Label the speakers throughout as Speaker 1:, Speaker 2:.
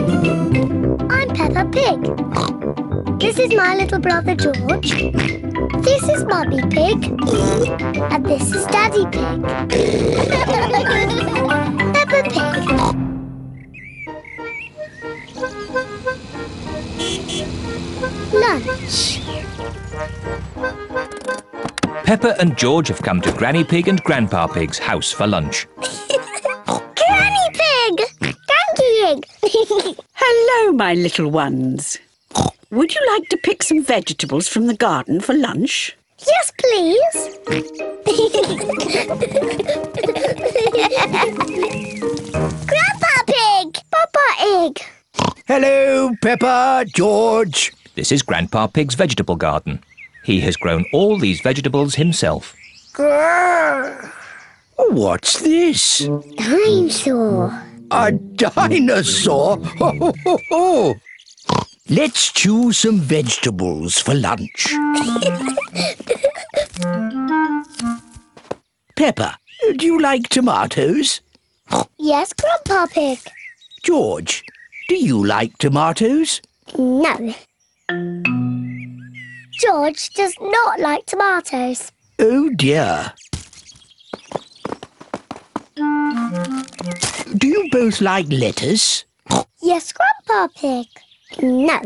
Speaker 1: I'm Peppa Pig. This is my little brother George. This is Mummy Pig. And this is Daddy Pig. Peppa Pig. Lunch.
Speaker 2: Pepper and George have come to Granny Pig and Grandpa Pig's house for lunch.
Speaker 1: Granny Pig! Granny Pig!
Speaker 3: Hello, my little ones. Would you like to pick some vegetables from the garden for lunch?
Speaker 1: yes, please. Grandpa Pig! Papa Egg!
Speaker 4: Hello, Peppa, George.
Speaker 2: This is Grandpa Pig's vegetable garden. He has grown all these vegetables himself.
Speaker 4: What's this?
Speaker 1: Dinosaur.
Speaker 4: A dinosaur? Ho, ho, ho, ho. Let's choose some vegetables for lunch. Peppa, do you like tomatoes?
Speaker 1: Yes, Grandpa Pig.
Speaker 4: George, do you like tomatoes?
Speaker 1: No. George does not like tomatoes.
Speaker 4: Oh dear. Do you both like lettuce?
Speaker 1: Yes, Grandpa Pig. No.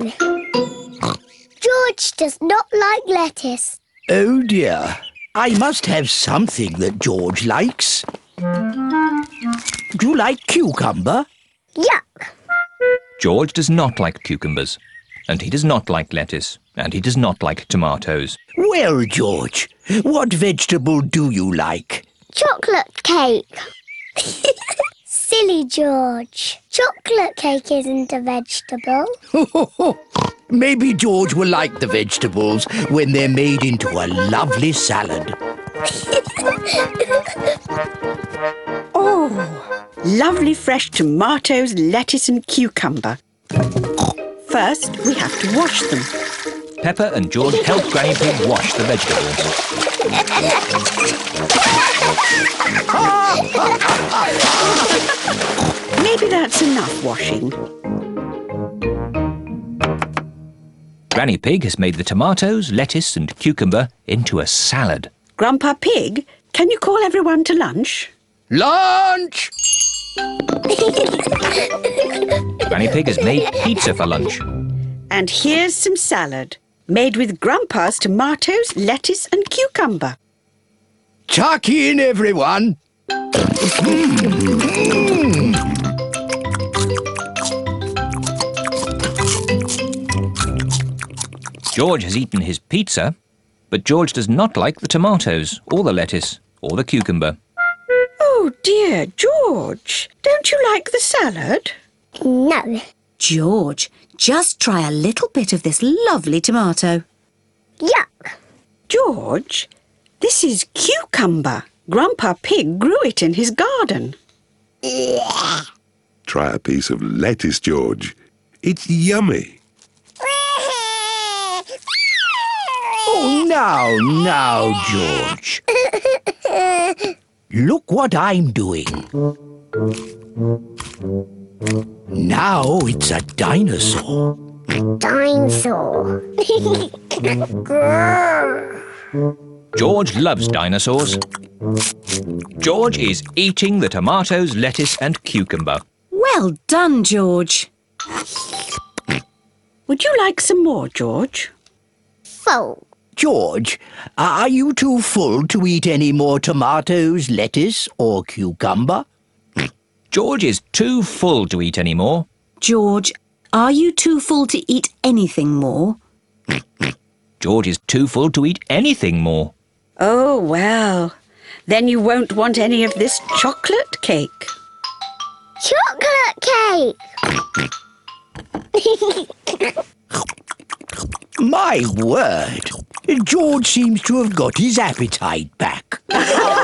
Speaker 1: George does not like lettuce.
Speaker 4: Oh dear. I must have something that George likes. Do you like cucumber?
Speaker 1: Yuck.
Speaker 2: George does not like cucumbers, and he does not like lettuce, and he does not like tomatoes.
Speaker 4: Well, George, what vegetable do you like?
Speaker 1: Chocolate cake. Silly George. Chocolate cake isn't a vegetable.
Speaker 4: Maybe George will like the vegetables when they're made into a lovely salad.
Speaker 3: Oh, lovely fresh tomatoes, lettuce, and cucumber. First, we have to wash them.
Speaker 2: Pepper and George help Granny Pig wash the vegetables.
Speaker 3: Maybe that's enough washing.
Speaker 2: Granny Pig has made the tomatoes, lettuce, and cucumber into a salad.
Speaker 3: Grandpa Pig, can you call everyone to lunch?
Speaker 4: Lunch!
Speaker 2: Granny Pig has made pizza for lunch.
Speaker 3: And here's some salad made with Grandpa's tomatoes, lettuce, and cucumber.
Speaker 4: Chuck in, everyone.
Speaker 2: George has eaten his pizza, but George does not like the tomatoes, or the lettuce, or the cucumber.
Speaker 3: Oh dear, George, don't you like the salad?
Speaker 1: No.
Speaker 5: George, just try a little bit of this lovely tomato.
Speaker 1: Yuck.
Speaker 3: George, this is cucumber. Grandpa Pig grew it in his garden.
Speaker 6: Try a piece of lettuce, George. It's yummy.
Speaker 4: Oh, now, now, George. Look what I'm doing. Now it's a dinosaur.
Speaker 1: Dinosaur.
Speaker 2: George loves dinosaurs. George is eating the tomatoes, lettuce, and cucumber.
Speaker 5: Well done, George.
Speaker 3: Would you like some more, George?
Speaker 1: Full.
Speaker 4: George, are you too full to eat any more tomatoes, lettuce, or cucumber?
Speaker 2: George is too full to eat any more.
Speaker 5: George, are you too full to eat anything more?
Speaker 2: George is too full to eat anything more.
Speaker 3: Oh, well, then you won't want any of this chocolate cake.
Speaker 1: Chocolate cake.
Speaker 4: My word. George seems to have got his appetite back.
Speaker 1: Peppa